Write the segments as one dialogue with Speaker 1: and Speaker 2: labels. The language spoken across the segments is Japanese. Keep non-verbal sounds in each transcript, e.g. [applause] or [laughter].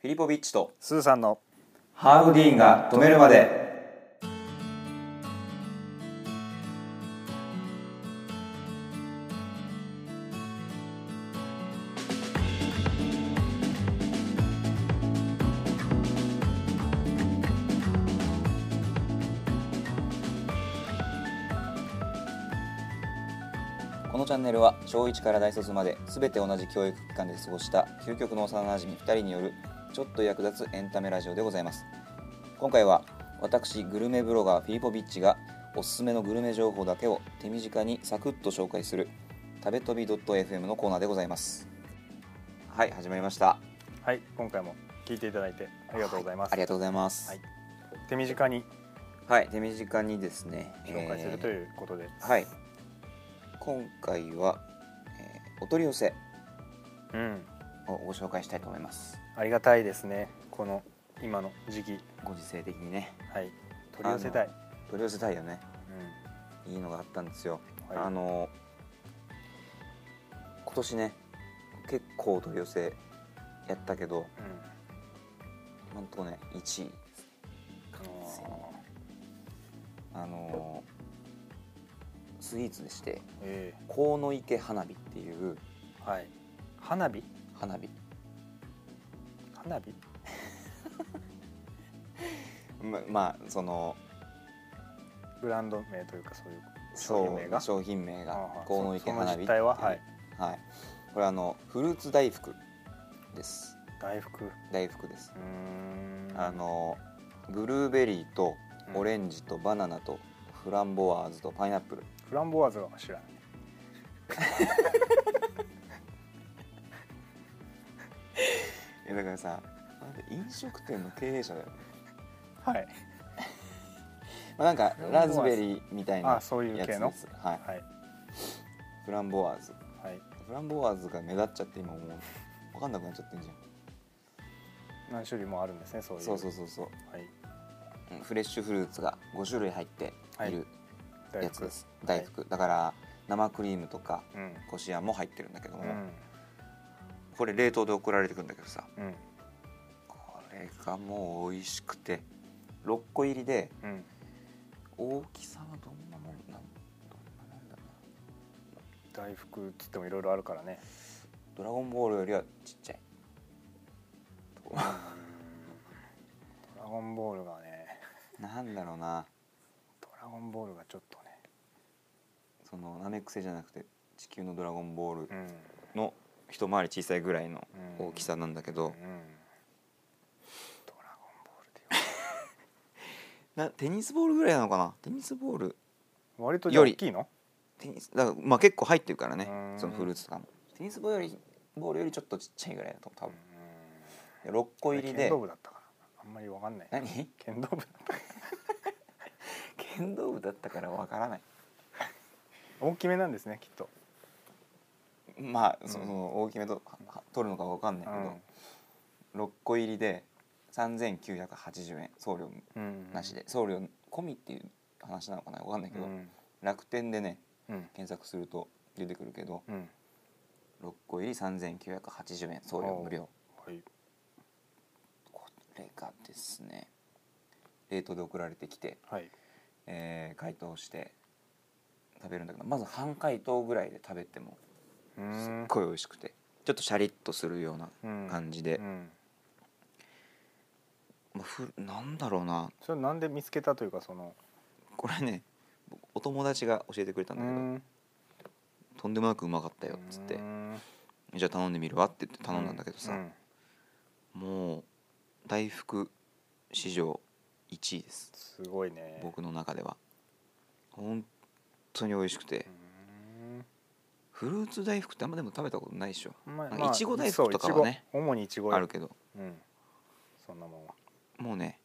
Speaker 1: フィリポビッチと
Speaker 2: スーさんの
Speaker 1: ハーフ・ディーンが止めるまでこのチャンネルは小1から大卒まで全て同じ教育機関で過ごした究極の幼馴染2人によるちょっと役立つエンタメラジオでございます今回は私グルメブロガーフィリポビッチがおすすめのグルメ情報だけを手短にサクッと紹介する食べ飛び .fm のコーナーでございますはい始まりました
Speaker 2: はい今回も聞いていただいてありがとうございます、
Speaker 1: ありがとうございます
Speaker 2: はい手短に
Speaker 1: はい、手短にですね
Speaker 2: 紹介すると
Speaker 1: う、
Speaker 2: いうことで、
Speaker 1: えーはい今回は、えーお取り寄せ
Speaker 2: うん
Speaker 1: をご紹介したいと思います
Speaker 2: ありがたいですねこの今の時期
Speaker 1: ご時世的にね
Speaker 2: はい取り寄せたい、
Speaker 1: 取り寄せたいよねいいのがあったんですよ、
Speaker 2: はい
Speaker 1: あの今年ね結構取り寄せやったけど
Speaker 2: うんうん
Speaker 1: なんとね1位
Speaker 2: あのー
Speaker 1: あのスイーツでして
Speaker 2: え
Speaker 1: 河野池花火っていう
Speaker 2: ーはい花火
Speaker 1: 花火、
Speaker 2: 花火
Speaker 1: ま、まあその
Speaker 2: ブランド名というかそういう
Speaker 1: そう
Speaker 2: 商品名が
Speaker 1: 商品名
Speaker 2: あー
Speaker 1: が
Speaker 2: はい
Speaker 1: 河野池花火っ
Speaker 2: そその実
Speaker 1: てい
Speaker 2: 態
Speaker 1: う
Speaker 2: ははい
Speaker 1: はいこれあのフルーツ大福です
Speaker 2: 大福う
Speaker 1: 大福です、
Speaker 2: ーん
Speaker 1: あのブルーベリーと
Speaker 2: うん
Speaker 1: オレンジとバナナとフランボワーズとパイナップル
Speaker 2: フランボワーズは知らない
Speaker 1: えだからさなんで飲食店の経営者だよ、
Speaker 2: はい
Speaker 1: まあ、なんか
Speaker 2: フランボワ
Speaker 1: ラ
Speaker 2: ー
Speaker 1: ズベ
Speaker 2: ズ
Speaker 1: リーみたいな
Speaker 2: あそういう
Speaker 1: やつ
Speaker 2: 系の
Speaker 1: ですはい
Speaker 2: はい
Speaker 1: フランボワーズ
Speaker 2: はい
Speaker 1: フランボワーズが目立っちゃって今もう分かんなくなっちゃってんじゃん
Speaker 2: 何種類もあるんですねそういう
Speaker 1: そうそうそうそう、
Speaker 2: はい
Speaker 1: うんフレッシュフルーツが5種類入っている
Speaker 2: 大
Speaker 1: やつ
Speaker 2: 福
Speaker 1: です、大福だから生クリームとか
Speaker 2: うん
Speaker 1: こしあんも入ってるんだけども、
Speaker 2: うん
Speaker 1: これ冷凍で送られてくるんだけどさ
Speaker 2: うん
Speaker 1: これがもう美味しくて6個入りで
Speaker 2: うん
Speaker 1: 大きさはどんなもんなんどんなもんだな
Speaker 2: 大福っつってもいろいろあるからね
Speaker 1: ドラゴンボールよりはちっちゃい
Speaker 2: ドラゴンボールがね
Speaker 1: なんだろうな
Speaker 2: ドラゴンボールがちょっと
Speaker 1: そのなめくせじゃなくて地球の「ドラゴンボール
Speaker 2: ね」
Speaker 1: の一回り小さいぐらいの
Speaker 2: うん
Speaker 1: 大きさなんだけど
Speaker 2: うん、うん、ドラゴンボールっていう
Speaker 1: なテニスボールぐらいなのかなテニスボール
Speaker 2: 割とじゃあ
Speaker 1: より
Speaker 2: 大きいの
Speaker 1: テニスだからまあ結構入ってるから
Speaker 2: う
Speaker 1: ね
Speaker 2: ん
Speaker 1: そのフルーツとかもテニスボールよりボールよりちょっとちっちゃいぐらいだと多
Speaker 2: うん
Speaker 1: 分6個入りで
Speaker 2: 剣道部だったからあんまりわかんない
Speaker 1: 何 [laughs]
Speaker 2: 剣道部だった
Speaker 1: 剣道部だったからわからない
Speaker 2: 大きめなんですねきっと、
Speaker 1: まあ
Speaker 2: うん
Speaker 1: その大きめとはは取るのかわかんな
Speaker 2: う
Speaker 1: いけど6個入りで3980円送料
Speaker 2: んうん
Speaker 1: なしで送料込みっていう話なのかなわかんないけ
Speaker 2: う
Speaker 1: ど、
Speaker 2: ん
Speaker 1: 楽天でね
Speaker 2: うん
Speaker 1: 検索すると出てくるけど
Speaker 2: うん
Speaker 1: 6個入り3980円送料無料
Speaker 2: はい
Speaker 1: これがですね冷凍で送られてきて、
Speaker 2: はい
Speaker 1: えー解凍して食べるんだけどまず半解凍ぐらいで食べても
Speaker 2: う
Speaker 1: すっ
Speaker 2: ん
Speaker 1: ごい美味しくてちょっとシャリッとするような
Speaker 2: うん
Speaker 1: 感じで
Speaker 2: う、ん
Speaker 1: まあふなんだろうな
Speaker 2: それなんで見つけたというかその
Speaker 1: これね僕お友達が教えてくれたんだけど、
Speaker 2: うん
Speaker 1: とんでもなくうまかったよっつって、
Speaker 2: うん
Speaker 1: じゃあ頼んでみるわって言って頼んだんだけどさ、
Speaker 2: ううん
Speaker 1: もう大福史上1位です
Speaker 2: すごいね
Speaker 1: 僕の中では本当に美味しくて
Speaker 2: うん
Speaker 1: フルーツ大福ってあんまでも食べたことないでしょ
Speaker 2: ま
Speaker 1: なんかいちご大福とかはね
Speaker 2: そういちご主にいちごよ
Speaker 1: あるけど
Speaker 2: うんそんなもんは
Speaker 1: もうね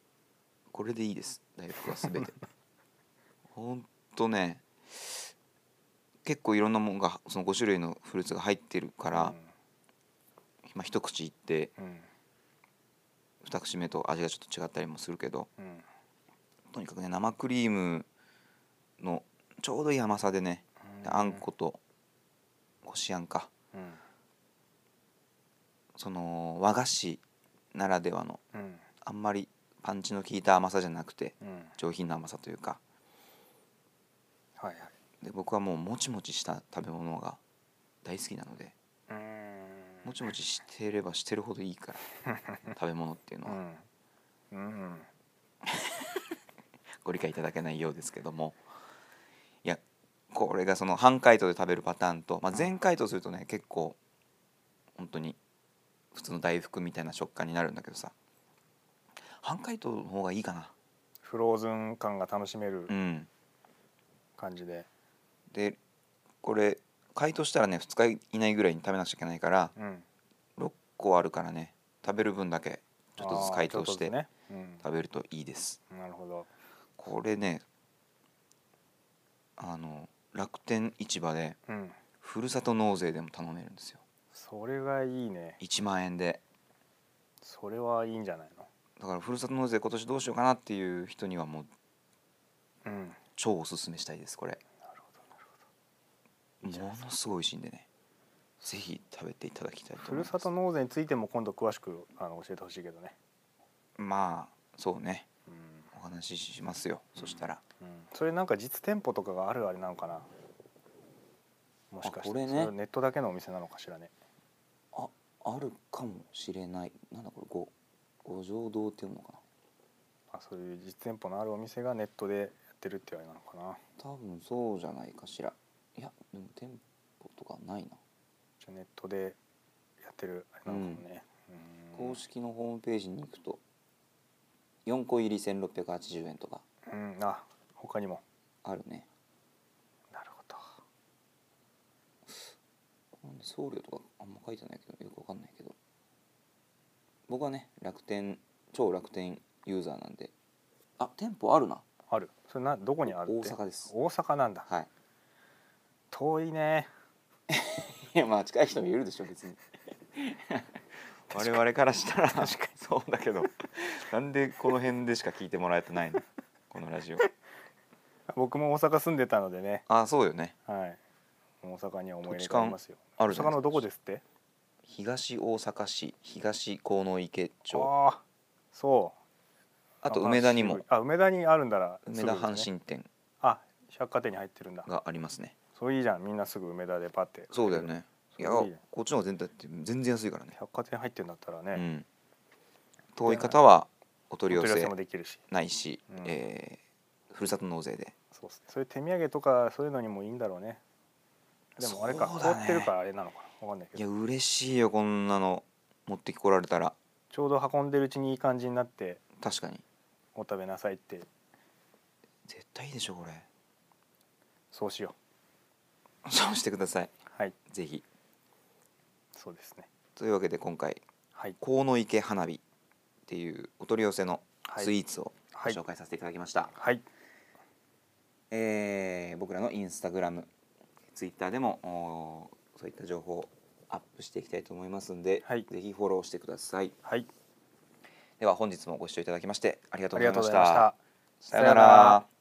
Speaker 1: これでいいです大福は全
Speaker 2: [laughs]
Speaker 1: てほんとね結構いろんなもんがその5種類のフルーツが入ってるから、まあ、一口いって
Speaker 2: うんうん
Speaker 1: 二口目と味がちょっと違ったりもするけど
Speaker 2: うん
Speaker 1: とにかくね生クリームのちょうどいい甘さでねであんことこしあんか
Speaker 2: うん
Speaker 1: その和菓子ならではの
Speaker 2: うん
Speaker 1: あんまりパンチの効いた甘さじゃなくて
Speaker 2: うん
Speaker 1: 上品な甘さというか
Speaker 2: はいはい
Speaker 1: で僕はもうもちもちした食べ物が大好きなので
Speaker 2: うーん
Speaker 1: もちもちしてればしてるほどいいから食べ物っていうの
Speaker 2: う
Speaker 1: は
Speaker 2: んうん
Speaker 1: ご理解いただけないようですけどもいやこれがその半解凍で食べるパターンと、まあ、全解凍するとね結構本当に普通の大福みたいな食感になるんだけどさ半解凍の方がいいかな
Speaker 2: フローズン感が楽しめる
Speaker 1: うん
Speaker 2: 感じで
Speaker 1: でこれ解凍したらね2日以内ぐらいに食べなくちゃいけないから
Speaker 2: うん
Speaker 1: 6個あるからね食べる分だけちょっとずつ
Speaker 2: あー
Speaker 1: 解凍し
Speaker 2: ち
Speaker 1: て
Speaker 2: ょっとずつね
Speaker 1: 食べるといいです
Speaker 2: うんなるほど
Speaker 1: これねあの楽天市場で
Speaker 2: うん
Speaker 1: ふるさと納税でも頼めるんですよ
Speaker 2: それがいいね
Speaker 1: 1万円で
Speaker 2: それはいいんじゃないの
Speaker 1: だからふるさと納税今年どうしようかなっていう人にはもう
Speaker 2: うんな
Speaker 1: 超おすすめしたいですこれ
Speaker 2: るほどなるほど
Speaker 1: ものすごい美味しいんでねぜひ食べていただきたいと
Speaker 2: ふ
Speaker 1: 思い
Speaker 2: る
Speaker 1: ます
Speaker 2: さと納税についても今度詳しくあの教えてほしいけどね
Speaker 1: まあそうね
Speaker 2: うん
Speaker 1: お話ししますよそしたら、
Speaker 2: うんそれなんか実店舗とかがあるあれなのかなもしかして
Speaker 1: あこれね
Speaker 2: そはネットだけのお店なのかしらね
Speaker 1: あるかもしれないなんだこれご五条堂っていうのかな
Speaker 2: あそういう実店舗のあるお店がネットでやってるってあれなのかな
Speaker 1: 多分そうじゃないかしらいやでも店舗とかないな
Speaker 2: じゃあネットでやってるあれなのかもね、うん、
Speaker 1: 公式のホームページに行くと4個入り1680円とか
Speaker 2: うんあ他にも
Speaker 1: あるね
Speaker 2: なるほど
Speaker 1: なんで送料とかあんま書いてないけどよくわかんないけど僕はね楽天超楽天ユーザーなんであ店舗あるな
Speaker 2: あるそれなどこにあるって
Speaker 1: 大阪です
Speaker 2: 大阪なんだ
Speaker 1: はい
Speaker 2: 遠いね
Speaker 1: いやまあ近い人もいるでしょ別に [laughs] 我々からしたら確かにそうだけどなんでこの辺でしか聞いてもらえてないのこのラジオ
Speaker 2: 僕も大阪住んでたのでね
Speaker 1: あそうよね
Speaker 2: はい大阪には思い入れがありますよ
Speaker 1: あるじゃ
Speaker 2: 大
Speaker 1: ないですか
Speaker 2: 阪のどこですって
Speaker 1: 東大阪市東河野池町
Speaker 2: ああそう
Speaker 1: あと梅田にも
Speaker 2: あ梅田にあるんだら
Speaker 1: 梅田
Speaker 2: すぐで
Speaker 1: 阪
Speaker 2: すね
Speaker 1: 神店
Speaker 2: あ百貨店に入ってるんだ
Speaker 1: がありますね
Speaker 2: そういいじゃんみんなすぐ梅田でパって
Speaker 1: そうだよねいや
Speaker 2: そういいね
Speaker 1: こっちの方が全体って全然安いからね
Speaker 2: 百貨店入ってるんだったら
Speaker 1: う
Speaker 2: ね、
Speaker 1: ん、遠い方はお取り
Speaker 2: お
Speaker 1: 寄
Speaker 2: 取り
Speaker 1: せ
Speaker 2: 寄せもできるし
Speaker 1: ないし、
Speaker 2: うん
Speaker 1: えーふるさと納税で
Speaker 2: そうっすそういう手土産とかそういうのにもいいんだろうねでもあれか、
Speaker 1: そう
Speaker 2: 凍
Speaker 1: だね
Speaker 2: ってるからあれなのかなわかんないけ
Speaker 1: いや
Speaker 2: ど
Speaker 1: 嬉しいよこんなの持ってこられたら
Speaker 2: ちょうど運んでるうちにいい感じになって
Speaker 1: 確かに
Speaker 2: お食べなさいって
Speaker 1: 絶対いいでしょこれ [laughs]
Speaker 2: そうしよ
Speaker 1: そうしてくださいう
Speaker 2: はい
Speaker 1: ぜひ
Speaker 2: そうですね
Speaker 1: というわけで今回
Speaker 2: はい
Speaker 1: 河野池花火っていうお取り寄せの
Speaker 2: はい
Speaker 1: スイーツをご
Speaker 2: はい
Speaker 1: 紹介させていただきました、
Speaker 2: はい
Speaker 1: えー僕らのインスタグラムツイッターでもおーそういった情報をアップしていきたいと思いますんで、
Speaker 2: はい
Speaker 1: ぜひフォローしてください
Speaker 2: はい
Speaker 1: では本日もご視聴いただきましてありがと
Speaker 2: あ
Speaker 1: う
Speaker 2: り
Speaker 1: ござ
Speaker 2: が
Speaker 1: い
Speaker 2: とう
Speaker 1: ま
Speaker 2: ござ
Speaker 1: し
Speaker 2: いまし
Speaker 1: さ
Speaker 2: たた
Speaker 1: ようなら